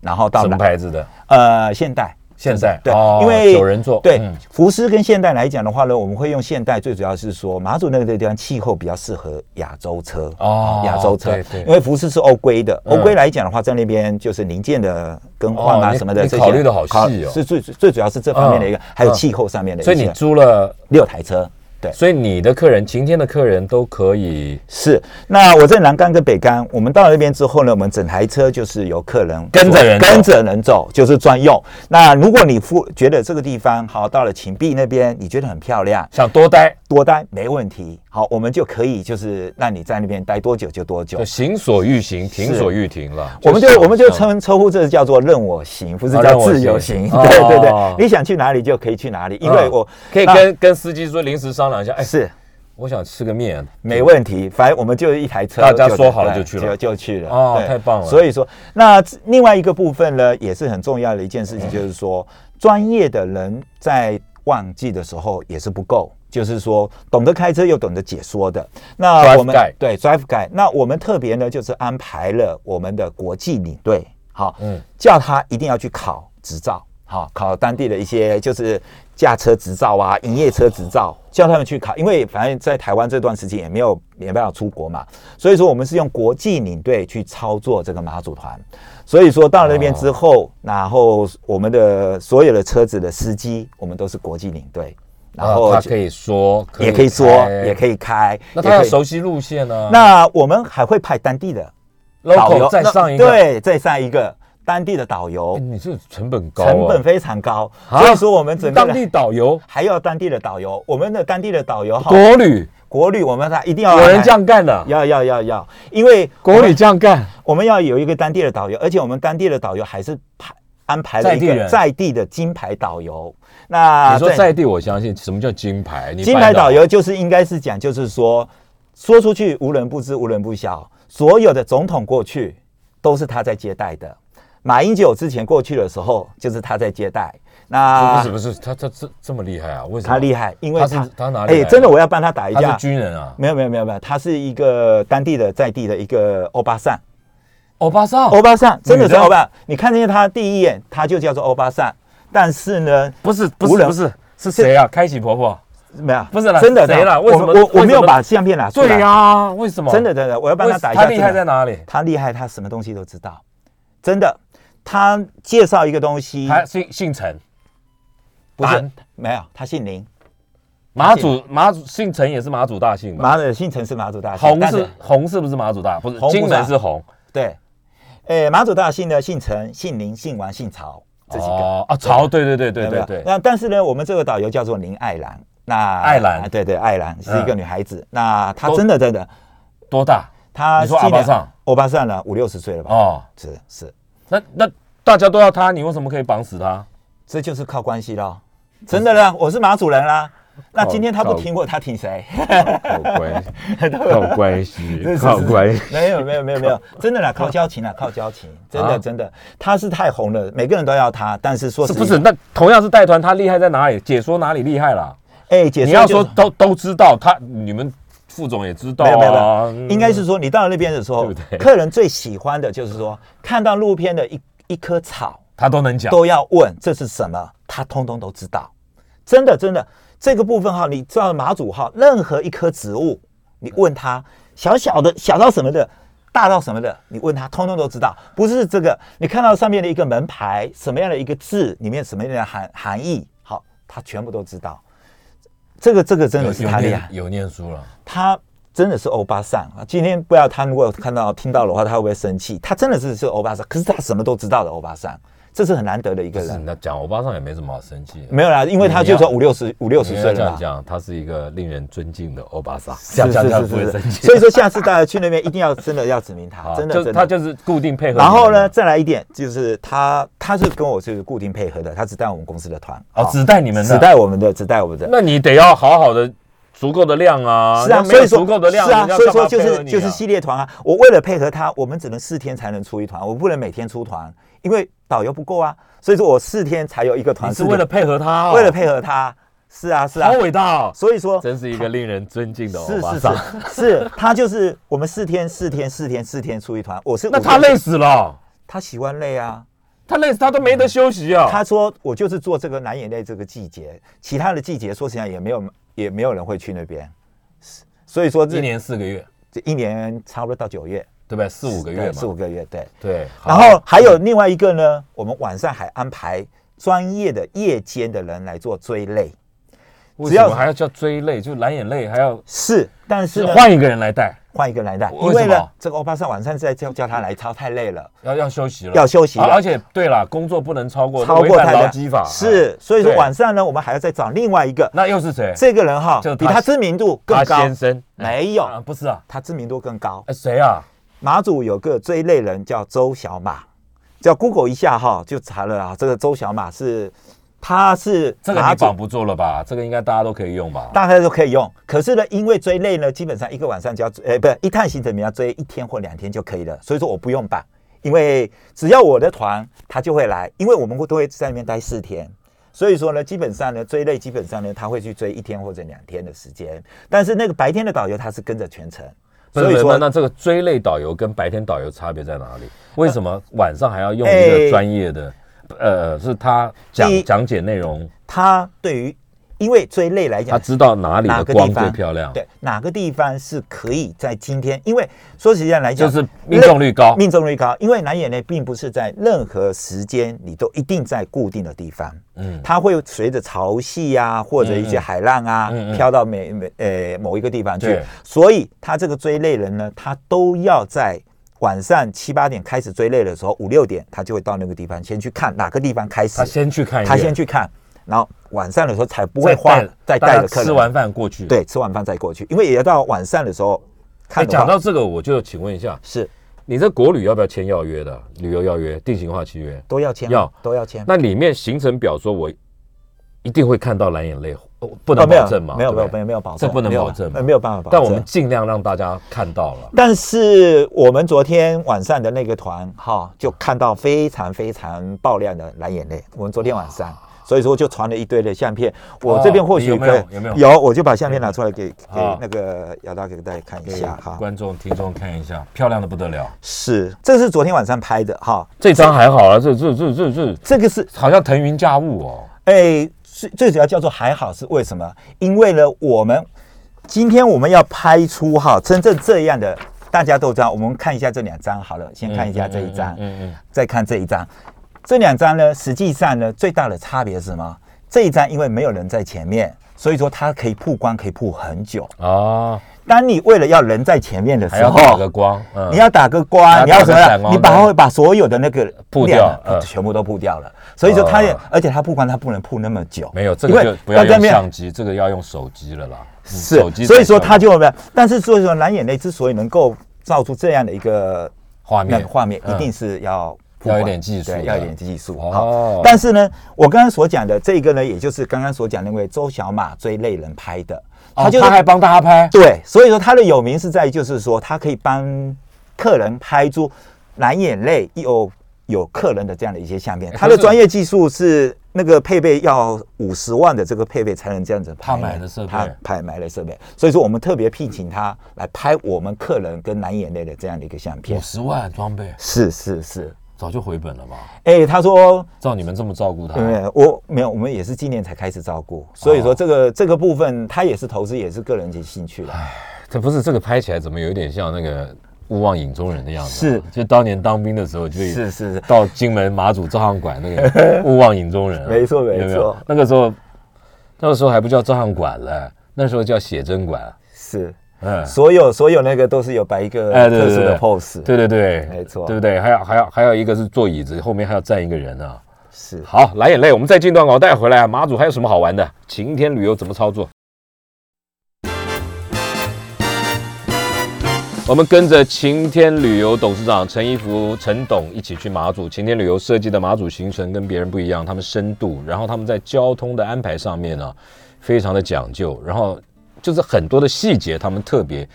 然后到什么牌子的？呃现代。现在对，哦因为九人座对嗯福斯跟现代来讲的话呢，我们会用现代，最主要是说马祖那个地方气候比较适合亚洲车哦亚洲车对对，因为福斯是欧规的，嗯欧规来讲的话，在那边就是零件的更换哦啊你什么的你这些，考虑得好细哦是最最主要是这方面的一个嗯，还有嗯气候上面的一所些，以你租了，六台车，对。所以你的客人，晴天的客人都可以是，那我在南竿跟北竿，我们到了那边之后呢，我们整台车就是由客人跟着人走跟着人走，就是专用。那如果你付觉得这个地方好，到了秦壁那边你觉得很漂亮，想多待，多待没问题，好，我们就可以就是让你在那边待多久就多久就。行所欲行，停是所欲停了。我们是就我们就嗯称称呼这叫做任我行，不是啊任叫我自由行行。哦对对对，你想去哪里就可以去哪里，因为嗯我可以那跟跟司机说临时商量一下，哎，是我想吃个面，没问题，反正我们就一台车，大家就说好了对就去了就就去了。哦对太棒了所以说，那另外一个部分呢，也是很重要的一件事情，嗯就是说，专业的人在旺季的时候也是不够。就是说，懂得开车又懂得解说的，那 Drive 我们 guide 对 drive guy，那我们特别呢就是安排了我们的国际领队，好，嗯叫他一定要去考执照，好，考当地的一些就是驾车执照啊、营业车执照，叫他们去考，因为反正在台湾这段时间也没有没办法出国嘛，所以说我们是用国际领队去操作这个马祖团，所以说到那边之哦后，然后我们的所有的车子的司机，我们都是国际领队，然然后后啊他可以说，也可以说，也以可以开，开。那也他要可以熟悉路线啊呢？那我们还会派当地的导游 local 再上一个，那，对，再上一个当地的导游哎，你这成本高啊，成本非常高，啊所以说我们整个当地导游还要当地的导游，我们的当地的导游哈，国旅国旅我们还一定要有人这样干的，要要要要，因为国我旅们这样干，我们要有一个当地的导游，而且我们当地的导游还是排安排在了一地人个在地的金牌导游。那你说啊对在地，我相信什么叫金牌？你金办牌得好导游就是应该是讲，就是说说出去无人不知，无人不晓。所有的总统过去都是他在接待的，马英九之前过去的时候就是他在接待。那不是不是，他他这这么厉害啊？为什么？啊他厉害，因为他他哎是他哪里来的真的，我要帮他打一他架是。军人啊，没有没有没有没有，他是一个当地的在地的一个欧巴桑，欧巴桑，欧巴桑真的是哦女的欧巴。你看见他第一眼，他就叫做欧巴桑，但是呢，不是不无是人不是是谁啊？开喜婆婆，没有不是啦真的谁啦为我什么我我没为什有么把相片拿出来。对呀，为什么？真的真的，我要帮为他打一他下。厉害真的在哪里？他厉害，他什么东西都知道，真的。他介绍一个东西，他姓姓陈，不是男没有，他姓林，马祖马祖姓陈也是马祖大姓吧？马的姓陈是马祖大姓，红但是红是不是马祖大？不是，红不是金门啊是红。对，诶，马祖大姓呢，姓陈、姓林、姓王、姓曹这几个，哦啊，潮，对对对对有没对有对。那但是呢，我们这个导游叫做林爱兰，那爱兰啊对对，爱兰是一个嗯女孩子，那她都真的真的，多大？她你说今阿巴年桑，欧巴桑了，五六十岁了吧？哦，是是，那那大家都要他，你为什么可以绑死他？这就是靠关系咯，真的啦，我是马祖人啦。那今天他不靠听我，他听谁？ 靠关，靠关系，靠关系。没有没有没有没有，真的啦，靠交情啦，靠交情，真啊的真的，他是太红了，每个人都要他，但是说是实不是？那同样是带团，他厉害在哪里？解说哪里厉害啦？哎，解释你要就是说都都知道，他你们副总也知道没有没有没啊有，，应该是说你到那边的时候嗯对不对，客人最喜欢的就是说看到路边的一一棵草，他都能讲。都要问这是什么，他通通都知道。真的真的，这个部分哈，你知道马祖哈，任何一棵植物，你问他小小的小到什么的，大到什么的，你问他，通通都知道。不是这个，你看到上面的一个门牌，什么样的一个字，里面什么样的含含义，好，他全部都知道。这个这个真的是有他厉念害，有念书了，他真的是欧巴桑啊！今天不知道他如果看到听到的话，他会不会生气？他真的是是欧巴桑，可是他什么都知道的欧巴桑，这是很难得的一个就是人。那讲欧巴桑也没什么好生气的。没有啦，因为他就说五六嗯十五六十应岁该这了嘛样。讲，他是一个令人尊敬的欧巴桑，是这样讲是他是不会是生是气。所以说，下次大家去那边一定要真的要指 明他，啊真的就真的。他就是固定配合。然后呢，？再来一点，就是他他是跟我是固定配合的，他只带我们公司的团，哦，好只带你们的，只。带我们的，只带我们的。那你得要好好的足够的量啊，是啊，人家没所有以说足够的量，是啊人，家所以干嘛说就配合是你啊就是系列团啊。我为了配合他，我们只能四天才能出一团，我不能每天出团，因为导游不够啊。所以说我四天才有一个团，你是四天为了配合他哦，为了配合他，是啊是啊好。伟大哦，所以说真是一个令人尊敬的欧是巴是桑。是是，他就是我们四天四天四天四天出一团，我是那五他个，累死了，他喜欢累啊。他累死他都没得休息啊。他说我就是做这个蓝眼泪这个季节，其他的季节说实在也没有也没有人会去那边，是所以说这一年四个月，这一年差不多到九月，对不对？四五个月对嘛，四五个月对。对。好然后还有另外一个呢，我们晚上还安排专业的夜间的人来做追泪，为只什要么还要叫追泪？就蓝眼泪还要是，但是是呢换一个人来带，换一个来带，因为什为呢么，这个欧巴桑晚上在叫叫他来操太累了，要要休息了，要休息啊了而且对了，工作不能超过，超违过反他劳的基法是哎，所以说对晚上呢，我们还要再找另外一个，那又是谁？这个人哈就，比他他知名度更他高，先生没有啊，不是啊，他知名度更高。哎谁啊？马祖有个追类人叫周小马，叫 Google 一下哈，就查了啊，这个周小马是，他是这个马你祖绑不住了吧？这个应该大家都可以用吧？大概都可以用。可是呢，因为追累呢，基本上一个晚上就要追，呃，不是一趟行程，你要追一天或两天就可以了。所以说我不用绑，因为只要我的团他就会来，因为我们会都会在那边待四天。所以说呢，基本上呢，追累基本上呢，他会去追一天或者两天的时间。但是那个白天的导游他是跟着全程，不是所以不是说那这个追类导游跟白天导游差别在哪里？为什呃么晚上还要用一个哎专业的？呃，是他讲第一讲解内容，他对于因为追累来他讲，知道哪里哪的个地光最方漂亮，对，哪个地方是可以在今天？因为说实际上来讲，就是命中率高命中率高。因为蓝眼泪并不是在任何时间你都一定在固定的地方，嗯嗯，它会随着潮汐啊，或者一些海浪啊，嗯嗯飘到每每呃某一个地方去对。所以他这个追类人呢，他都要在。晚上七八点开始追累的时候，五六点他就会到那个地方，先去看哪个地方开始，他先去看一遍，他先去看，然后晚上的时候才不不会花再带着客人吃完饭过去。对，吃晚饭再过去，因为也要到晚上的时候哎，看的话。讲到这个，我就请问一下，是你在国旅要不要签要约的啊旅游要约、定型化契约？都要签啊，要都要签。那里面行程表说我一定会看到蓝眼泪，哦不哦能没有保证嘛？没有没对有不没对有没有保证，这不能没有保证嘛呃没有办法保证。但我们尽量让大家看到了。但是我们昨天晚上的那个团哈，就看到非常非常爆亮的蓝眼泪。我们昨天晚上，啊所以说就传了一堆的相片。我这边或有许没有可以有没有啊有，我就把相片拿出来给好给那个姚大给大家看一给下哈。观众、听众看一下，漂亮的不得了。是，这是昨天晚上拍的哈，这张还好啊，这这这这这这个是好像腾云驾雾哦。哎，最最主要叫做还好是为什么？因为呢，我们今天我们要拍出哈真正这样的，大家都知道。我们看一下这两张好了，先看一下这一张，嗯嗯，再看这一张。这两张呢，实际上呢，最大的差别是什么？这一张因为没有人在前面，所以说它可以曝光，可以曝很久。嗯啊，当你为了要人在前面的还时要打个候，光，嗯你要打个还光，你要打要什个么闪样？光你把灯会把所有的那个曝亮掉呃嗯哦全部都曝掉了。所以说它也，而且它曝光它不能曝那么久，没有这因个为就不要大家用没有相机，这个要用手机了啦。嗯是手机才所以说算他就没有。但是所以说蓝眼泪之所以能够造出这样的一个画那面画面，嗯一定是要曝要光。有点技术的对，要有点技术。哦好，但是呢，我刚刚所讲的这个呢，也就是刚刚所讲那位周小马追泪人拍的，哦就是他还帮大家拍，对，所以说他的有名是在于就是说他可以帮客人拍出蓝眼泪有有客人的这样的一些相哎片，他的专业技术是。那个配备要五十万的这个配备才能这样子拍，他买的设备他拍买的设备，所以说我们特别聘请他来拍我们客人跟蓝眼泪的这样的一个相片五。十万装备是是是，早就回本了吧？哎、他说照你们这么照顾他，对我没有，我们也哦哎是今年才开始照顾，所以说这个、这个部分他也是投资，也是个人的兴趣了。这不是这个拍起来怎么有一点像那个勿忘影中人的样子啊？是就当年当兵的时候就已是是是，到金门马祖照相馆那 个勿忘影中人啊，没错没有有错那个时候，那个时候还不叫照相馆了，那时候叫写真馆。是，嗯，所有所有那个都是有摆一个哎对特对殊对的 pose，对对对，没错对不对？还有还有还有一个是坐椅子，后面还要站一个人啊。是。好，来眼泪，我们再进段广告带回来啊。马祖还有什么好玩的？晴天旅游怎么操作？我们跟着晴天旅游董事长陈一福、陈董一起去马祖。晴天旅游设计的马祖行程跟别人不一样，他们深度，然后他们在交通的安排上面呢、非常的讲究，然后就是很多的细节，他们特别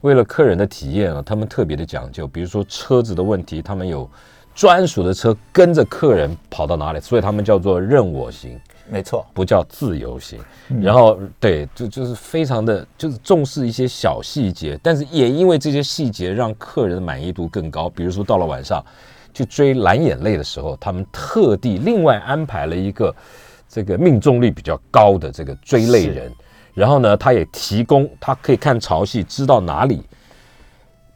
为了客人的体验啊，他们特别的讲究。比如说车子的问题，他们有专属的车跟着客人跑到哪里，所以他们叫做任我行。没错，不叫自由行。然后对，就就是非常的，就是重视一些小细节，但是也因为这些细节让客人的满意度更高。比如说到了晚上去追蓝眼泪的时候，他们特地另外安排了一个这个命中率比较高的这个追泪人。然后呢，他也提供，他可以看潮汐，知道哪里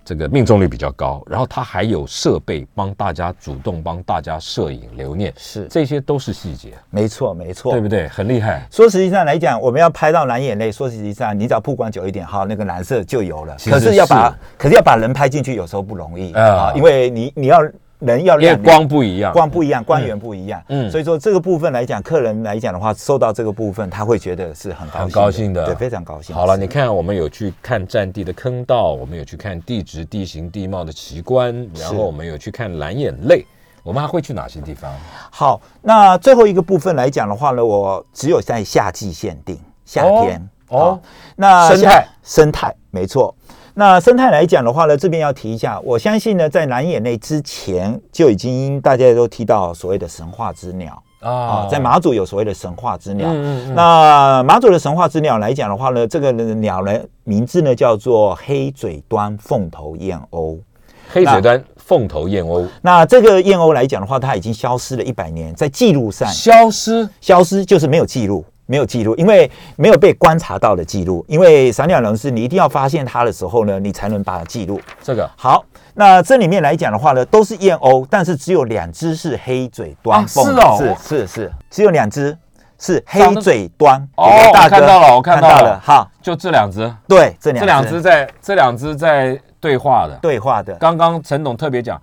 这个命中率比较高。然后他还有设备帮大家主动帮大家摄影留念，是这些都是细节，没错，没错，对不对？很厉害。说实际上来讲，我们要拍到蓝眼泪，说实际上你只要曝光久一点，哈，那个蓝色就有了。其实可是要把是，可是要把人拍进去，有时候不容易啊啊，因为你你要人要因为亮，光不一样，光不一样，光源不一样，嗯嗯，所以说这个部分来讲，客人来讲的话，收到这个部分，他会觉得是很高兴很高兴的，对，非常高兴。好了，是你看，我们有去看战地的坑道，我们有去看地质、地形、地貌的奇观，然后我们有去看蓝眼泪，我们还会去哪些地方？好，那最后一个部分来讲的话呢，我只有在夏季限定，夏天哦哦好那生态夏生态没错。那生态来讲的话呢，这边要提一下，我相信呢，在蓝眼泪之前就已经大家都提到所谓的神话之鸟啊、在马祖有所谓的神话之鸟。嗯嗯嗯那马祖的神话之鸟来讲的话呢，这个鸟呢名字呢叫做黑嘴端凤头燕鸥。黑水端凤头燕鸥那这个燕鸥来讲的话，它已经消失了一百年，在记录上消失，消失就是没有记录，没有记录，因为没有被观察到的记录。因为赏鸟人是你一定要发现它的时候呢，你才能把它记录。这个好，那这里面来讲的话呢，都是燕鸥，但是只有两只是黑嘴端啊凤、是哦是是是，只有两只是长黑得嘴端。哦有没有大我看哥到了我看到了好，就这两只，对，这两这两只在这两只在对话的。对话的，刚刚陈董特别讲，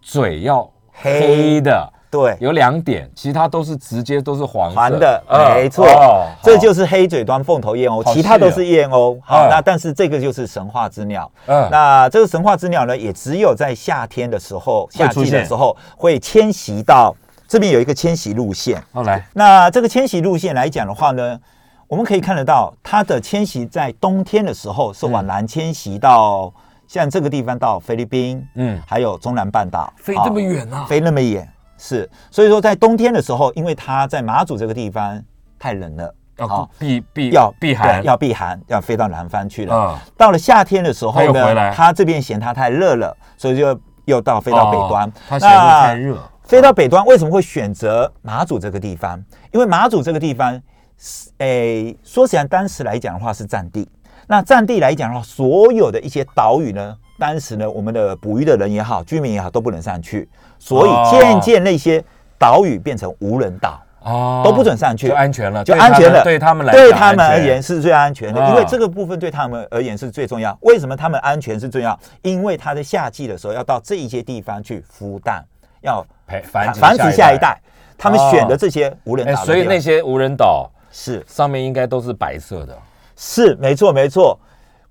嘴要黑黑的，对，有两点，其他都是直接都是黄色环的，嗯没错哦，这好就是黑嘴端凤头燕鸥好，其他细啊都是燕鸥。好嗯，那但是这个就是神话之鸟。嗯那这个神话之鸟呢，也只有在夏天的时候，会夏出季现的时候会迁徙到这边有一个迁徙路线。好哦来，那这个迁徙路线来讲的话呢，我们可以看得到，它的迁徙在冬天的时候是嗯往南迁徙到像这个地方到菲律宾，嗯嗯，还有中南半岛，飞好这么远啊！飞那么远，是，所以说在冬天的时候，因为它在马祖这个地方太冷了，要好哦避避哦要避寒，对要避寒，要飞到南方去了。啊到了夏天的时它又候回来呢，它这边嫌它太热了，所以就又到飞到北端。哦它显得那太热，飞到北端为什么会选择马祖这个地方？因为马祖这个地方，是诶，说起来当时来讲的话是战地。那战地来讲的话，所有的一些岛屿呢，当时呢，我们的捕鱼的人也好，居民也好，都不能上去，所哦以渐渐那些岛屿变成无人岛，哦都不准上去，就安全了，就啊对他安全们了。对他们来，对他们而言，是最安全的，啊因为这个部分对他们而言是最重要。为什么他们安全是重要？因为他在夏季的时候要到这一些地方去孵蛋，要培繁殖繁殖下一一代。哦代。他们选的这些无人哎，岛的地方，所以那些无人岛是上面应该都是白色的，是没错没错。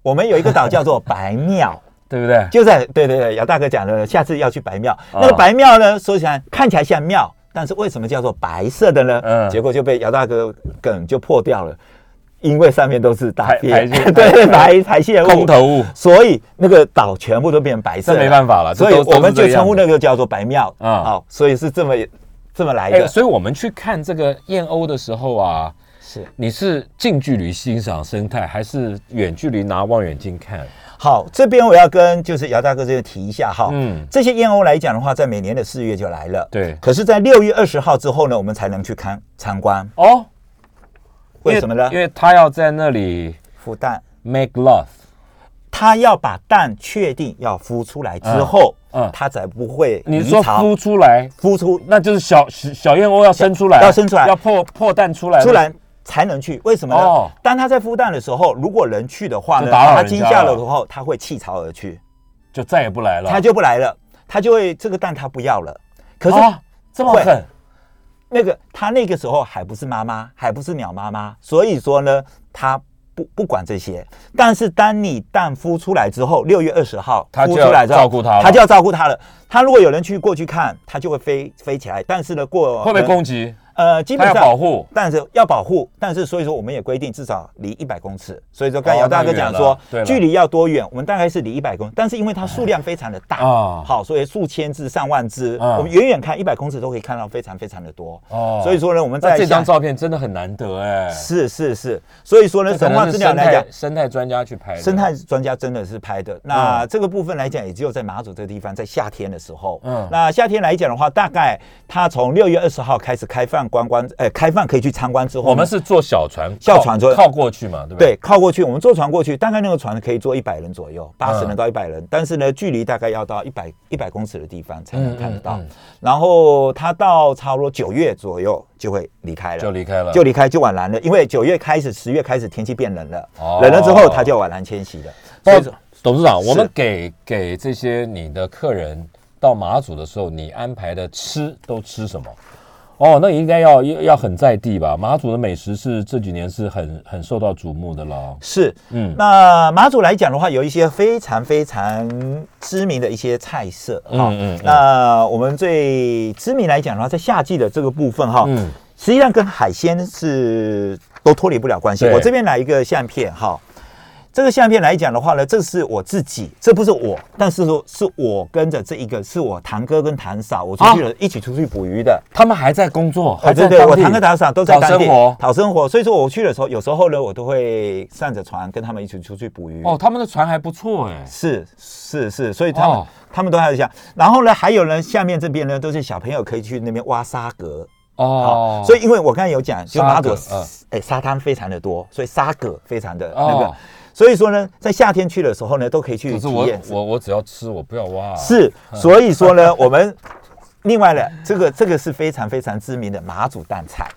我们有一个岛叫做白庙，对不对？就在对对对，姚大哥讲的，下次要去白庙。哦那个白庙呢，说起来看起来像庙，但是为什么叫做白色的呢？嗯结果就被姚大哥梗就破掉了，因为上面都是大排排便，泄 对排排泄物，空投物，所以那个岛全部都变白色这了，没办法了，所以我们就称呼的。那个叫做白庙啊啊、好所以是这么这么来哎，的，所以我们去看这个燕鸥的时候啊，是。你是近距离欣赏生态，还是远距离拿望远镜看？好，这边我要跟就是姚大哥这边提一下哈，嗯嗯，这些燕鸥来讲的话，在每年的四月就来了，对可是，在六月二十号之后呢，我们才能去看参观，哦，为什么呢因？为他要在那里孵蛋， make love。他要把蛋确定要孵出来之后，嗯嗯他才不会你离说巢孵出来，孵出那就是小小小燕窝要生出来，要生出来要破破蛋出来，出来才能去。为什么呢？哦当他在孵蛋的时候，如果人去的话呢，就打扰他人家惊吓了了之后，他会弃巢而去，就再也不来了。他就不来了，他就会这个蛋他不要了。可是啊这么会狠，那个他那个时候还不是妈妈，还不是鸟妈妈，所以说呢，他不不管这些。但是当你蛋孵出来之后，六月二十号他就孵要出来之后，照顾它了他就要照顾它了。他如果有人去过去看，它就会飞飞起来。但是呢，过会不会攻击？呃，基他本要上保护，但是要保护，但是所以说我们也规定至少离一百公尺。所以说刚才哦姚大哥讲说那远了对，了距离要多远？我们大概是离一百公尺，但是因为它数量非常的大啊好，所以数千只、上万只，啊我们远远看一百公尺都可以看到非常非常的多。哦所以说呢，我们那在这张下照片真的很难得哎，是是是，所以说呢，这可神话能资是料生来讲态。生态专家去拍的，生态专家真的是拍的，嗯那这个部分来讲，也只有在马祖这个地方，在夏天的时候，嗯嗯，那夏天来讲的话，大概它从六月二十号开始开放观光，呃，开放可以去参观之后呢，我们是坐小船，小靠船坐靠过去嘛，对不对？对，靠过去，我们坐船过去，大概那个船可以坐一百人左右，八十嗯人到一百人，但是呢，距离大概要到一百一百公尺的地方才嗯能看得到。嗯嗯然后它到差不多九月左右就会离开了，就离开了，就离开就晚南了，因为九月开始，十月开始天气变冷了，哦冷了之后它就晚南迁徙了。哦所报以说哦董事长，是我们给给这些你的客人到马祖的时候，你安排的吃都吃什么？哦，那应该要要要很在地吧？马祖的美食是这几年是很很受到瞩目的了。是，嗯那马祖来讲的话，有一些非常非常知名的一些菜色哈。嗯嗯嗯那我们最知名来讲的话，在夏季的这个部分哈，嗯实际上跟海鲜是都脱离不了关系。对我这边来一个相片哈。这个相片来讲的话呢，这是我自己，这不是我，但是说是我跟着这一个，是我堂哥跟堂嫂，我出去了、啊一起出去捕鱼的，他们还在工作，还啊，在对当对，地我堂哥堂嫂都在讨当地生活。讨生活，所以说我去的时候，有时候呢，我都会上着船跟他们一起出去捕鱼。哦，，他们的船还不错哎。是是是，所以他们、哦他们都还有想，然后呢，还有呢，下面这边呢都是小朋友可以去那边挖沙蛤。哦哦，，所以因为我刚才有讲，就马祖沙蛤嗯哎沙滩非常的多，所以沙蛤非常的哦那个，所以说呢，在夏天去的时候呢，都可以去可是体我验。我嗯我只要吃，我不要挖。，是，所以说呢，我们另外呢，这个这个是非常非常知名的马祖蛋菜。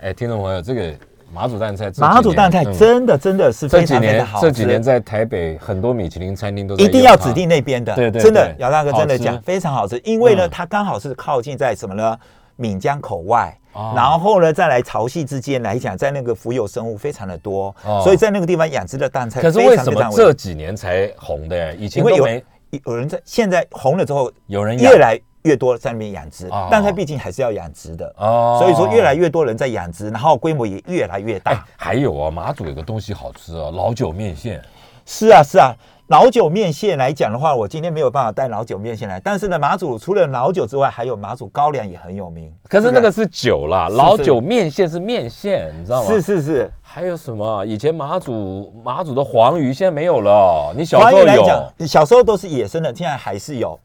哎，听众朋友，这个马祖蛋菜这几年，马祖蛋菜嗯真的真的是这非几常非常年好吃，这几年在台北很多米其林餐厅都在一定用要它指定那边的，对对真的对，姚大哥真的好讲吃非常好吃，因为呢，嗯它刚好是靠近在什么呢？闽江口外哦，然后呢，再来潮汐之间来讲，在那个浮游生物非常的多哦，所以在那个地方养殖的蛋菜可非是为常非什常么稳这几年才红的？以前因为都有没有人在现在红了之后，有人养越来越多在那边养殖哦，但它毕竟还是要养殖的，哦所以说越来越多人在养殖，然后规模也越来越哎大。，还有啊，马祖有个东西好吃哦，老酒面线。是啊，是啊。老酒面线来讲的话，我今天没有办法带老酒面线来，但是呢，马祖除了老酒之外，还有马祖高粱也很有名。可是这那个是酒啦，是老酒面线是面线，你知道吗？是是是，还有什么啊？以前马祖马祖的黄鱼现在没有了，你小华时语候来有讲，小时候都是野生的，现在还是有。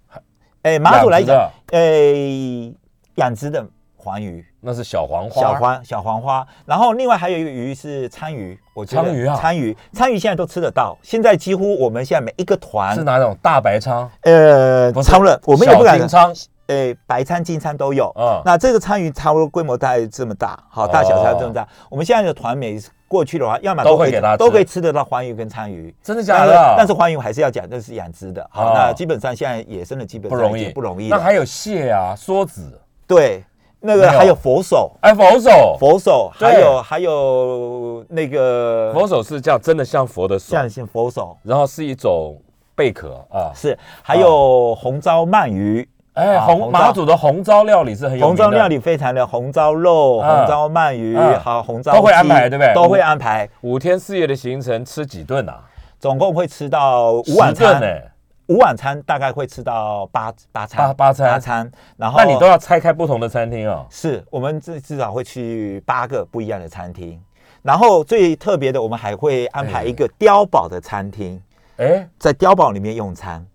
哎，马祖来讲，哎，养殖的黄鱼、那是小黄花。小黄、小黄花，然后另外还有一个鱼是鲳鱼，我觉得鲳鱼啊鲳鱼，鲳鱼现在都吃得到，现在几乎我们现在每一个团是，哪种大白鲳？呃，不是差不多，我们也不敢小金鲳呃，白鲳、金鲳都有。嗯那这个鲳鱼差不多规模大概这么大，好，哦大小差不多这么大。我们现在的团每过去的话，要么都可会以给它吃都可以吃得到黄鱼跟鲳鱼。真的假但是的？啊但是黄鱼还是要讲，那是养殖的。好，哦那基本上现在野生的基本不上容已易，经不容易了。那还有蟹啊，梭子，对那没个有还有佛手，哎，佛手，佛手对还有还有那个佛手是这样，真的像佛的手，像是佛手然后是一种贝壳啊。是，还有红糟鳗鱼。哎，啊红红马糟祖的红糟料理是很有红名的。糟料理非常的红糟肉、嗯红糟鳗鱼，嗯还有红糟都会安鸡排对不对都会安排。五天四夜的行程吃几顿啊？总共会吃到五晚十顿餐，呢、五晚餐大概会吃到八八餐，八八餐八餐。然后那你都要拆开不同的餐厅哦。是我们至至少会去八个不一样的餐厅，然后最特别的，我们还会安排一个碉堡的餐厅，哎，哦在碉堡里面用餐。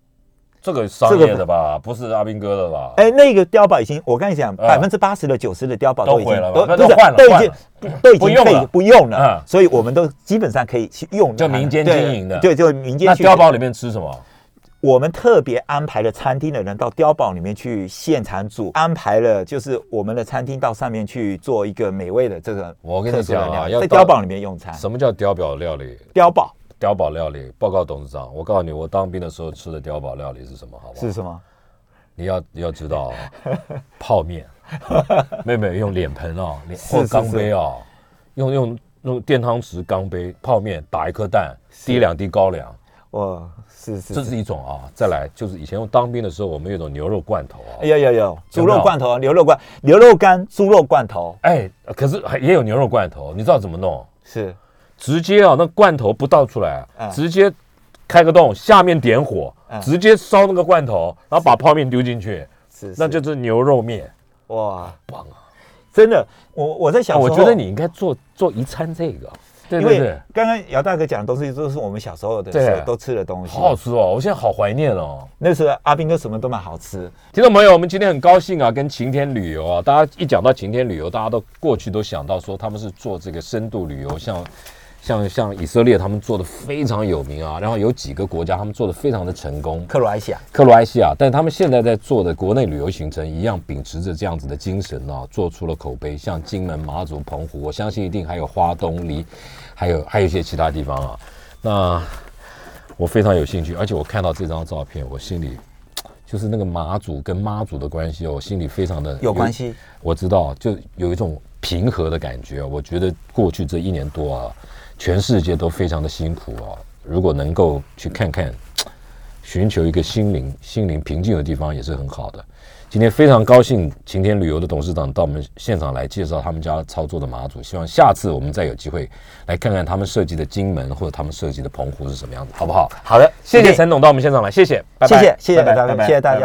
这个商业的吧，不是阿兵哥的吧？哎，那个碉堡已经，我跟你讲，嗯百分之八十的、九十的碉堡都都已经毁了吧都那不都是换了都已换经了不都已不经用废了不用了嗯，所以我们都基本上可以去用就它民间对经营的对，就民间那去碉堡里面吃什么？我们特别安排了餐厅的人到碉堡里面去现场煮，安排了就是我们的餐厅到上面去做一个美味的这个我跟你特殊的讲啊料要在到碉堡里面用餐，什么叫碉堡料理？碉堡碉堡料理，报告董事长，我告诉你，我当兵的时候吃的碉堡料理是什么，好不好？是什么？你要要知道啊， 泡面，嗯妹妹用脸盆啊，脸是或是钢是杯啊，用用用电汤匙、钢杯泡面，打一颗蛋，滴两滴高粱，哇，哦是是这是。是一种啊。再来就是以前用当兵的时候，我们有一种牛肉罐头啊，有有有，猪有没肉有罐头、牛肉罐、牛肉干、猪肉罐头哎，可是也有牛肉罐头，你知道怎么弄？是直接啊，那罐头不倒出来，啊嗯直接开个洞，下面点火，嗯直接烧那个罐头，然后把泡面丢进去，是，那就是牛肉面。哇棒啊！真的，我我在想，我觉得你应该做做一餐这个，对因对为对，刚刚姚大哥讲的东西都是我们小时候的对时候都吃的东西，好好吃哦！我现在好怀念哦。那时候阿兵哥什么都蛮好吃，听众朋友，我们今天很高兴啊，跟晴天旅游啊，大家一讲到晴天旅游，大家都过去都想到说他们是做这个深度旅游，像像像以色列他们做的非常有名啊，然后有几个国家他们做的非常的成功，克罗埃西亚克罗埃西亚，但他们现在在做的国内旅游行程一样秉持着这样子的精神啊，做出了口碑，像金门、马祖、澎湖，我相信一定还有花东、离，还有还有一些其他地方啊。那我非常有兴趣，而且我看到这张照片，我心里就是那个马祖跟妈祖的关系哦，我心里非常的有关系。我知道，就有一种平和的感觉。啊我觉得过去这一年多啊，全世界都非常的辛苦啊。如果能够去看看，寻求一个心灵心灵平静的地方，也是很好的。今天非常高兴，晴天旅游的董事长到我们现场来介绍他们家操作的马祖，希望下次我们再有机会来看看他们设计的金门或者他们设计的澎湖是什么样子，好不好？好的，谢谢陈，陈董到我们现场来，谢谢，拜拜谢谢谢谢拜拜大拜家，拜谢谢大拜拜家。